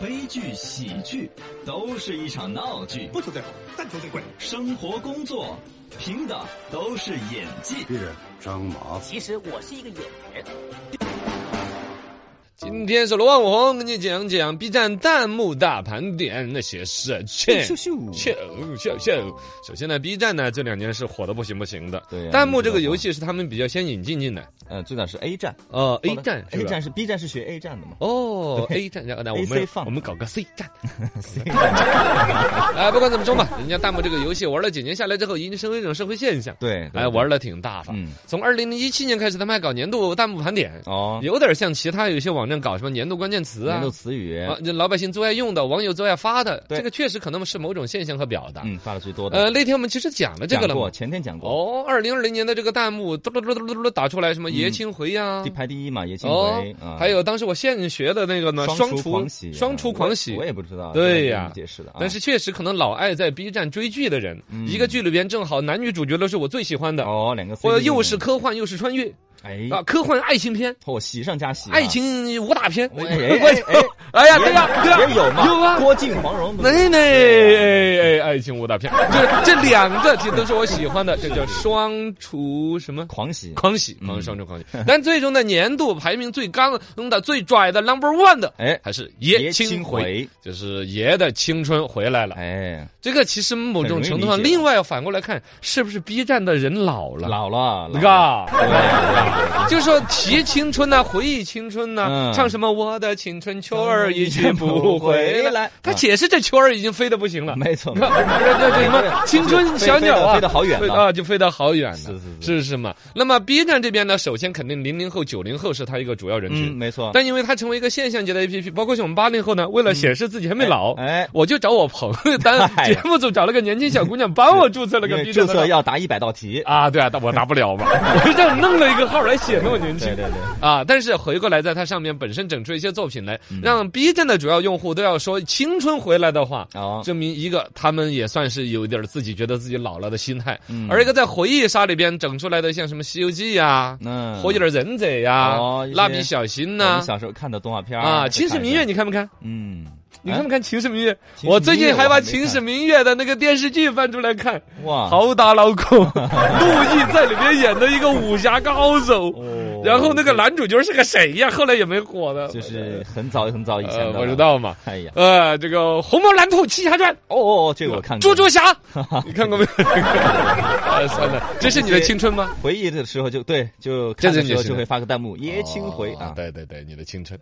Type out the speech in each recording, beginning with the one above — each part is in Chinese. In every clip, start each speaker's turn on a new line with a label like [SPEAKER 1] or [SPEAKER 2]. [SPEAKER 1] 悲剧、喜剧，都是一场闹剧。
[SPEAKER 2] 不求最好，但求最贵。
[SPEAKER 1] 生活、工作，凭的都是演技。
[SPEAKER 3] 别人张麻
[SPEAKER 4] 其实我是一个演员。
[SPEAKER 5] 今天是罗万红跟你讲讲 B 站弹幕大盘点那些事情。
[SPEAKER 2] 咻咻
[SPEAKER 5] 哎秀秀秀！首先呢，B 站呢这两年是火的不行不行的。
[SPEAKER 6] 对呀
[SPEAKER 5] 弹幕这个游戏是他们比较先引进进来。
[SPEAKER 6] 呃，最早是 A 站
[SPEAKER 5] 呃
[SPEAKER 6] 后
[SPEAKER 5] ，A
[SPEAKER 6] 来
[SPEAKER 5] 站是
[SPEAKER 6] 哦，A
[SPEAKER 5] 吧
[SPEAKER 6] 站是 B 站是学 A 站的嘛？
[SPEAKER 5] 哦
[SPEAKER 6] 对
[SPEAKER 5] ，A 站，然后呢，我
[SPEAKER 6] AC
[SPEAKER 5] 们
[SPEAKER 6] 放
[SPEAKER 5] 我们搞个 C 站。 哎，不管怎么说嘛，人家弹幕这个游戏玩了几年下来之后，已经成为一种社会现象。
[SPEAKER 6] 对，对
[SPEAKER 5] 哎，玩的挺大方。
[SPEAKER 6] 嗯
[SPEAKER 5] 从二零零一七年开始，他们还搞年度弹幕盘点，
[SPEAKER 6] 哦，
[SPEAKER 5] 有点像其他有些网站搞什么年度关键词
[SPEAKER 6] 年
[SPEAKER 5] 啊
[SPEAKER 6] 度。词语，
[SPEAKER 5] 啊，这老百姓最爱用的，网友最爱发的，
[SPEAKER 6] 对
[SPEAKER 5] 这个确实可能是某种现象和表达。
[SPEAKER 6] 嗯，发的最多的。
[SPEAKER 5] 呃，那天我们其实讲了这个了
[SPEAKER 6] 讲过，
[SPEAKER 5] 嘛。
[SPEAKER 6] 前天讲过，
[SPEAKER 5] 哦，二零二零年的这个弹幕嘟噜嘟噜嘟噜嘟噜打出来什么爷青回呀
[SPEAKER 6] 嗯第，排第一嘛，也青
[SPEAKER 5] 哦
[SPEAKER 6] 回啊，，
[SPEAKER 5] 还有当时我现学的那个呢，
[SPEAKER 6] 双
[SPEAKER 5] 双
[SPEAKER 6] 厨
[SPEAKER 5] 厨
[SPEAKER 6] 狂喜，
[SPEAKER 5] 双厨
[SPEAKER 6] 啊
[SPEAKER 5] 狂喜
[SPEAKER 6] 我也。我也不知道，
[SPEAKER 5] 对
[SPEAKER 6] 这
[SPEAKER 5] 呀
[SPEAKER 6] 怎么解释的啊。
[SPEAKER 5] 但是确实，可能老爱在 B 站追剧的人，一个剧里边正好男女主角都是我最喜欢的，
[SPEAKER 6] 嗯哦，两个 C
[SPEAKER 5] 或者
[SPEAKER 6] 字
[SPEAKER 5] 又
[SPEAKER 6] 母
[SPEAKER 5] 是科幻又是穿越
[SPEAKER 6] 哎
[SPEAKER 5] 啊，科幻爱情片、
[SPEAKER 6] 哦，喜上加喜啊，
[SPEAKER 5] 爱情武打片，
[SPEAKER 6] 哎 哎
[SPEAKER 5] 关系
[SPEAKER 6] 哎哎，
[SPEAKER 5] 哎呀，对呀，对呀，
[SPEAKER 6] 也有嘛，
[SPEAKER 5] 有啊，
[SPEAKER 6] 郭靖黄蓉，
[SPEAKER 5] 奶奶，
[SPEAKER 6] 啊
[SPEAKER 5] 哎哎，爱情武打片，就是这两个其实都是我喜欢的，这叫双厨什么？
[SPEAKER 6] 狂喜，
[SPEAKER 5] 狂喜，嗯，双厨狂 喜。但最终的年度排名最刚的、最拽的 number one 的，
[SPEAKER 6] 哎
[SPEAKER 5] 还是
[SPEAKER 6] 爷
[SPEAKER 5] 爷
[SPEAKER 6] 青
[SPEAKER 5] 青回，
[SPEAKER 6] 回，
[SPEAKER 5] 就是爷的青春回来了。
[SPEAKER 6] 哎，
[SPEAKER 5] 这个其实某种程度
[SPEAKER 6] 很容易
[SPEAKER 5] 上，
[SPEAKER 6] 理解
[SPEAKER 5] 另外反过来看，是不是 B 站的人啊老啊了？
[SPEAKER 6] 老了，哎老了，
[SPEAKER 5] 嘎，就说提青春呐、回忆青春呐、
[SPEAKER 6] 嗯
[SPEAKER 5] 唱什么我的青春秋儿已经不回来。他解释这秋儿已经飞得不行了，
[SPEAKER 6] 没 错，没
[SPEAKER 5] 那
[SPEAKER 6] 错
[SPEAKER 5] 那叫什么青春小鸟啊，
[SPEAKER 6] 飞得好远
[SPEAKER 5] 飞
[SPEAKER 6] 了
[SPEAKER 5] 啊，就飞得好远了，
[SPEAKER 6] 是是
[SPEAKER 5] 是是嘛？那么 B 站这边呢，首先肯定零零后、九零后是它一个主要人
[SPEAKER 6] 嗯，
[SPEAKER 5] 群。
[SPEAKER 6] 没错，
[SPEAKER 5] 但因为它成为一个现象级的 A P P，包括像我们八零后呢，为了显示自己还没老，
[SPEAKER 6] 哎，
[SPEAKER 5] 我就找我朋友 当
[SPEAKER 6] 哎
[SPEAKER 5] 节
[SPEAKER 6] 呀
[SPEAKER 5] 目组找了个年轻小姑娘帮我注册了
[SPEAKER 6] 因
[SPEAKER 5] 个
[SPEAKER 6] 为
[SPEAKER 5] B
[SPEAKER 6] 注
[SPEAKER 5] 站的
[SPEAKER 6] 册要答一百道题，
[SPEAKER 5] 啊，对啊，但我答不了 嘛，我这样弄了一个号来显得我年轻
[SPEAKER 6] 对对对，
[SPEAKER 5] 啊。但是回过来，在它上面本身整出一些作品来，让 B 站的主要用户都要说青春回来的话，
[SPEAKER 6] 哦，
[SPEAKER 5] 证明一个他们也算是有一点自己觉得自己老了的心态，
[SPEAKER 6] 嗯
[SPEAKER 5] 而一个在回忆杀里边整出来的，像什么《西游记》呀、
[SPEAKER 6] 嗯
[SPEAKER 5] 《火影的忍者》呀、
[SPEAKER 6] 哦一
[SPEAKER 5] 《
[SPEAKER 6] 些
[SPEAKER 5] 蜡笔小新》
[SPEAKER 6] 我
[SPEAKER 5] 呐
[SPEAKER 6] 们小时候看的动画片儿
[SPEAKER 5] 啊，《
[SPEAKER 6] 再
[SPEAKER 5] 秦时
[SPEAKER 6] 看一
[SPEAKER 5] 明
[SPEAKER 6] 下
[SPEAKER 5] 月》你看不看？
[SPEAKER 6] 嗯，
[SPEAKER 5] 你看不看《秦时明月》
[SPEAKER 6] 秦时明月
[SPEAKER 5] 我最近还
[SPEAKER 6] 我
[SPEAKER 5] 把
[SPEAKER 6] 还
[SPEAKER 5] 《
[SPEAKER 6] 没
[SPEAKER 5] 秦时
[SPEAKER 6] 看
[SPEAKER 5] 明月》的那个电视剧翻出来看，
[SPEAKER 6] 哎哇，
[SPEAKER 5] 好打 脑壳，陆毅在里面演的一个武侠高手，
[SPEAKER 6] 哦
[SPEAKER 5] 然后那个男主角是个谁呀？后来也没火的，
[SPEAKER 6] 就是很早很早以前
[SPEAKER 5] 呃，
[SPEAKER 6] 的，
[SPEAKER 5] 我知。道嘛。
[SPEAKER 6] 哎呀，
[SPEAKER 5] 呃，这个《红毛蓝兔七侠传》
[SPEAKER 6] 哦哦哦，这个我看过。哎
[SPEAKER 5] 猪 猪侠，你看过没有？啊，算了，这是你的青春吗？
[SPEAKER 6] 回忆的时候就对，就
[SPEAKER 5] 这
[SPEAKER 6] 看
[SPEAKER 5] 是
[SPEAKER 6] 的
[SPEAKER 5] 你
[SPEAKER 6] 时候
[SPEAKER 5] 是哦
[SPEAKER 6] 就会发个弹幕“爷青回”啊。
[SPEAKER 5] 对对对，你的青春。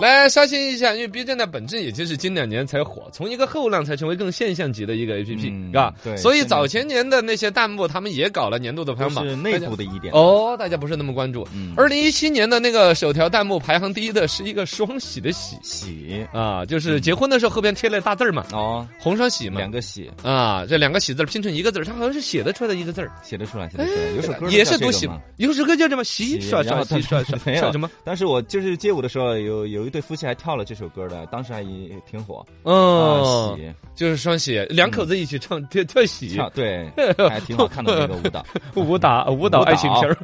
[SPEAKER 5] 来刷新一下，因为 B 站的本质也就是近两年才火，从一个后浪才成为更现象级的一个 APP，
[SPEAKER 6] 嗯
[SPEAKER 5] 是吧？
[SPEAKER 6] 对
[SPEAKER 5] 所以早前年的那些弹幕，他们也搞了年度的排
[SPEAKER 6] 就
[SPEAKER 5] 行榜，
[SPEAKER 6] 是内部的疑点。嗯
[SPEAKER 5] 哦，大家不是那么关注。二零一七年的那个首条弹幕排行第一的是一个双喜的喜
[SPEAKER 6] 喜
[SPEAKER 5] 啊，就是结婚的时候后边贴了大字儿嘛，
[SPEAKER 6] 哦，
[SPEAKER 5] 红双喜嘛
[SPEAKER 6] 两。个喜
[SPEAKER 5] 啊，这两个喜字儿拼成一个字儿，它好像是写得出来的一个字儿，
[SPEAKER 6] 写得出来，写得出来。有首歌
[SPEAKER 5] 哎也
[SPEAKER 6] 叫
[SPEAKER 5] 是
[SPEAKER 6] 这
[SPEAKER 5] 读
[SPEAKER 6] 个
[SPEAKER 5] 喜
[SPEAKER 6] 嘛
[SPEAKER 5] 嘛。有首歌叫什么？喜
[SPEAKER 6] 喜
[SPEAKER 5] 耍
[SPEAKER 6] 然
[SPEAKER 5] 耍
[SPEAKER 6] 后
[SPEAKER 5] 喜耍耍
[SPEAKER 6] 没有
[SPEAKER 5] 耍什么？
[SPEAKER 6] 当时我就是街舞的时候，有有一对夫妻还跳了这首歌的，当时还也挺火。啊
[SPEAKER 5] 嗯，
[SPEAKER 6] 喜
[SPEAKER 5] 就是双喜，两口子一起唱跳跳喜
[SPEAKER 6] 跳 对，还挺好看的那个舞蹈。
[SPEAKER 5] 舞蹈舞蹈
[SPEAKER 6] 舞蹈
[SPEAKER 5] 爱情片儿。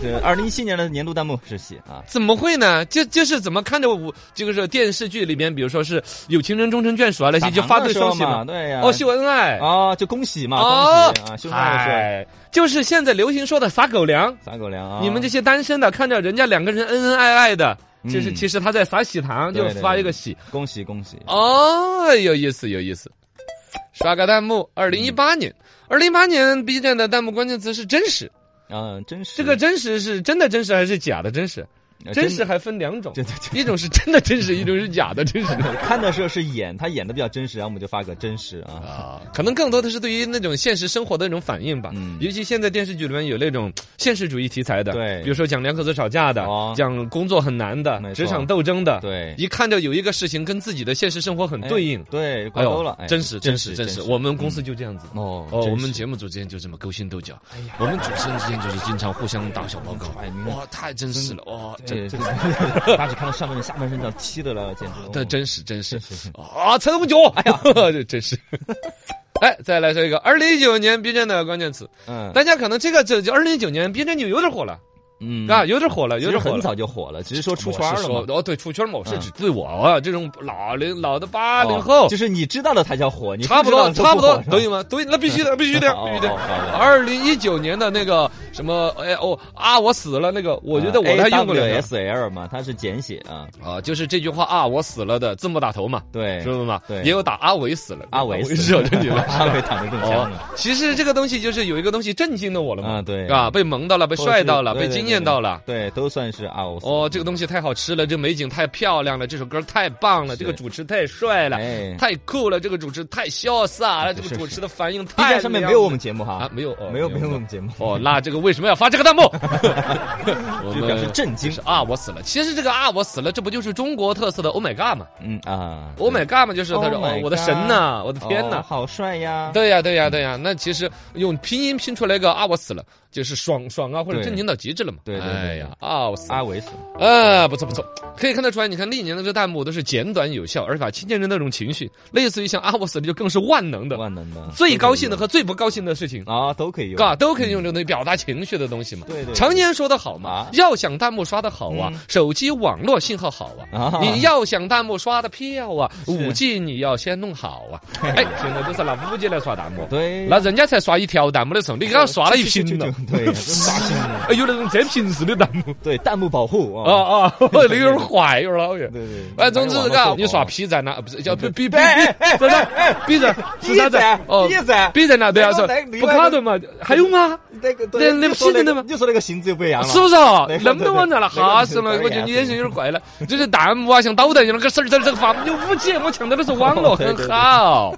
[SPEAKER 6] 这二零一七年的年度弹幕是喜啊，
[SPEAKER 5] 怎么会呢？就就是怎么看着我，就是电视剧里边，比如说是有情人终成眷属啊那些，就发对双喜
[SPEAKER 6] 嘛，
[SPEAKER 5] 嘛。
[SPEAKER 6] 对呀。
[SPEAKER 5] 哦，秀恩爱。
[SPEAKER 6] 啊，就恭喜嘛，
[SPEAKER 5] 哦
[SPEAKER 6] 恭喜啊，秀恩爱的时候
[SPEAKER 5] 嗨，就是现在流行说的撒狗粮。
[SPEAKER 6] 撒狗粮啊！
[SPEAKER 5] 你们这些单身的，看着人家两个人恩恩爱爱的，就是
[SPEAKER 6] 嗯
[SPEAKER 5] 其实他在撒喜糖，就
[SPEAKER 6] 对对
[SPEAKER 5] 发一
[SPEAKER 6] 对
[SPEAKER 5] 个喜。
[SPEAKER 6] 恭喜恭喜！
[SPEAKER 5] 哦，有意思，有意思。刷个弹幕，二零一八年，二零一八年 B 站的弹幕关键词是真实。
[SPEAKER 6] 嗯，真是
[SPEAKER 5] 这个真实是真的真实还是假的真实？
[SPEAKER 6] 呃
[SPEAKER 5] 真实还分两种
[SPEAKER 6] 真，的真的
[SPEAKER 5] 一种是真的真实，一种是假的真实。
[SPEAKER 6] 看的时候是演，他演的比较真实，然后我们就发个真实啊。
[SPEAKER 5] 啊，可能更多的是对于那种现实生活的那种反应吧。
[SPEAKER 6] 嗯
[SPEAKER 5] 尤其现在电视剧里面有那种现实主义题材的，
[SPEAKER 6] 对
[SPEAKER 5] 比如说讲两口子吵架的，
[SPEAKER 6] 哦
[SPEAKER 5] 讲工作很难的
[SPEAKER 6] 没，错
[SPEAKER 5] 职场斗争的，
[SPEAKER 6] 对
[SPEAKER 5] 一看着有一个事情跟自己的现实生活很对应
[SPEAKER 6] 哎，对，挂
[SPEAKER 5] 哎
[SPEAKER 6] 钩
[SPEAKER 5] 呦
[SPEAKER 6] 了，哎
[SPEAKER 5] 真实真实真实，我们公司就这样子。
[SPEAKER 6] 哦
[SPEAKER 5] 哦，
[SPEAKER 6] 真
[SPEAKER 5] 我们
[SPEAKER 6] 实
[SPEAKER 5] 节目组之间就这么勾心斗角，我们主持人之间就是经常互相打小报告
[SPEAKER 6] 哎你，看
[SPEAKER 5] 哇，太真实了，哇，真
[SPEAKER 6] 对，这个他只看到上半身，下半身都漆的了，简直。
[SPEAKER 5] 但真实真实啊，陈红九，哎呀， 这真是。哎，再来说一个二零一九年 B 站的关键词，
[SPEAKER 6] 嗯，
[SPEAKER 5] 大家可能这个这二零一九年 B 站就有点火了。
[SPEAKER 6] 嗯
[SPEAKER 5] 啊，有点火了，
[SPEAKER 6] 其
[SPEAKER 5] 有
[SPEAKER 6] 实
[SPEAKER 5] 点火
[SPEAKER 6] 很
[SPEAKER 5] 了。
[SPEAKER 6] 早就火了，只是说出圈
[SPEAKER 5] 我是
[SPEAKER 6] 了
[SPEAKER 5] 说
[SPEAKER 6] 嘛。
[SPEAKER 5] 哦，对，出圈嘛，我是
[SPEAKER 6] 嗯
[SPEAKER 5] 指对我啊这种老零老的八零
[SPEAKER 6] 哦
[SPEAKER 5] 后，
[SPEAKER 6] 就是你知道了它叫火，你
[SPEAKER 5] 差不
[SPEAKER 6] 知道
[SPEAKER 5] 多
[SPEAKER 6] 了它
[SPEAKER 5] 差不多
[SPEAKER 6] 火，是吧
[SPEAKER 5] 同意吗？对，那必须 的，必须的，
[SPEAKER 6] 哦
[SPEAKER 5] 必须的
[SPEAKER 6] 哦好的。
[SPEAKER 5] 二零一九年的那个什么，哎哦啊，我死了那个，我觉得我才用过两
[SPEAKER 6] 啊 S L 嘛，它是简写啊，
[SPEAKER 5] 啊，就是这句话啊，我死了的字幕打头嘛，
[SPEAKER 6] 对
[SPEAKER 5] 知，道吗？
[SPEAKER 6] 对
[SPEAKER 5] 也有打阿伟死了，
[SPEAKER 6] 阿伟死
[SPEAKER 5] 惹啊着 你了。
[SPEAKER 6] 阿伟躺着更
[SPEAKER 5] 哦
[SPEAKER 6] 香了，，
[SPEAKER 5] 其实这个东西就是有一个东西震惊了我了嘛，
[SPEAKER 6] 啊对
[SPEAKER 5] 啊，被萌到了，被
[SPEAKER 6] 都
[SPEAKER 5] 帅
[SPEAKER 6] 是
[SPEAKER 5] 到了，
[SPEAKER 6] 对
[SPEAKER 5] 被
[SPEAKER 6] 对对
[SPEAKER 5] 惊艳
[SPEAKER 6] 对
[SPEAKER 5] 到了。
[SPEAKER 6] 对，都算是啊阿欧斯
[SPEAKER 5] 哦，这个东西太好吃了，这美景太漂亮了，这首歌太棒了，
[SPEAKER 6] 是
[SPEAKER 5] 这个主持太帅了，
[SPEAKER 6] 哎，
[SPEAKER 5] 太酷了，这个主持太潇洒了，这个
[SPEAKER 6] 是
[SPEAKER 5] 主持的反应
[SPEAKER 6] B
[SPEAKER 5] 太……
[SPEAKER 6] 站上面没有我们节目哈
[SPEAKER 5] 啊，，没有，哦
[SPEAKER 6] 没有没有我们节目，
[SPEAKER 5] 哦，那这个为什么要发这个 弹幕？我
[SPEAKER 6] 就表示震惊
[SPEAKER 5] 是啊，我死了。其实这个啊，我死了，这不就是中国特色的 Oh my God 吗
[SPEAKER 6] 嗯啊
[SPEAKER 5] ？Oh my God 嘛，就是他说
[SPEAKER 6] Oh my
[SPEAKER 5] 哦，我的神呐，我的
[SPEAKER 6] 对
[SPEAKER 5] 天
[SPEAKER 6] 哦
[SPEAKER 5] 呐。
[SPEAKER 6] 好帅呀，
[SPEAKER 5] 对呀，对呀，对呀。那其实用拼音拼出来个啊，我死了，就是爽爽啊，或者
[SPEAKER 6] 对
[SPEAKER 5] 震惊到极致了嘛。
[SPEAKER 6] 对对对对
[SPEAKER 5] 哎呀，啊，我死了。
[SPEAKER 6] 阿维斯，
[SPEAKER 5] 啊，不错不错，可以看得出来，你看历年的这弹幕都是简短有效，而把青年人那种情绪，类似于像阿啊沃斯的就更是万能的，
[SPEAKER 6] 万能的，
[SPEAKER 5] 最高兴的和最不高兴的事情，
[SPEAKER 6] 啊都可以用，
[SPEAKER 5] 啊，都可以用这种东西表达情绪的东西嘛。
[SPEAKER 6] 对对对
[SPEAKER 5] 常年说的好嘛
[SPEAKER 6] 啊，嗯
[SPEAKER 5] 要想弹幕刷的好啊，手机网络信号好啊
[SPEAKER 6] 啊，
[SPEAKER 5] 你要想弹幕刷的票 啊，五 G 你要先弄好啊。哎，现在都是拿五 G 来刷弹幕，
[SPEAKER 6] 对，
[SPEAKER 5] 那人家才刷一条弹幕的时候，你给他刷了一屏 了
[SPEAKER 6] 就，，就对，刷屏了，
[SPEAKER 5] 哎，有那种真平视的弹 幕，
[SPEAKER 6] 对，弹幕保护
[SPEAKER 5] 啊
[SPEAKER 6] 啊，
[SPEAKER 5] 啊， 那个有点坏，有点老远。
[SPEAKER 6] 对对，
[SPEAKER 5] 哎，总之
[SPEAKER 6] 网
[SPEAKER 5] 是
[SPEAKER 6] 络
[SPEAKER 5] 嘎
[SPEAKER 6] 受，
[SPEAKER 5] 你刷
[SPEAKER 6] 控
[SPEAKER 5] B 站呐，呃不是叫 B B B
[SPEAKER 6] 哎哎
[SPEAKER 5] B 站呐，B 站是啥子
[SPEAKER 6] B 站？
[SPEAKER 5] 哦
[SPEAKER 6] B 站
[SPEAKER 5] ，B 站呐，对啊，
[SPEAKER 6] 然
[SPEAKER 5] 是
[SPEAKER 6] 后哎来另
[SPEAKER 5] 不
[SPEAKER 6] 外一个
[SPEAKER 5] 卡顿嘛？还有吗？
[SPEAKER 6] 那个
[SPEAKER 5] 那那
[SPEAKER 6] 你
[SPEAKER 5] 不
[SPEAKER 6] 说
[SPEAKER 5] 是
[SPEAKER 6] 那个
[SPEAKER 5] 的吗
[SPEAKER 6] 你说那个性质又不一样了，
[SPEAKER 5] 是不是啊
[SPEAKER 6] 对？对
[SPEAKER 5] 能不能往那了？
[SPEAKER 6] 对对
[SPEAKER 5] 吓死了！
[SPEAKER 6] 对对
[SPEAKER 5] 我觉得你眼神有点怪了。
[SPEAKER 6] 哦
[SPEAKER 5] 这个弹幕啊，像导弹一样，那个嗖嗖嗖发。有五 G，我强调的是网络很好。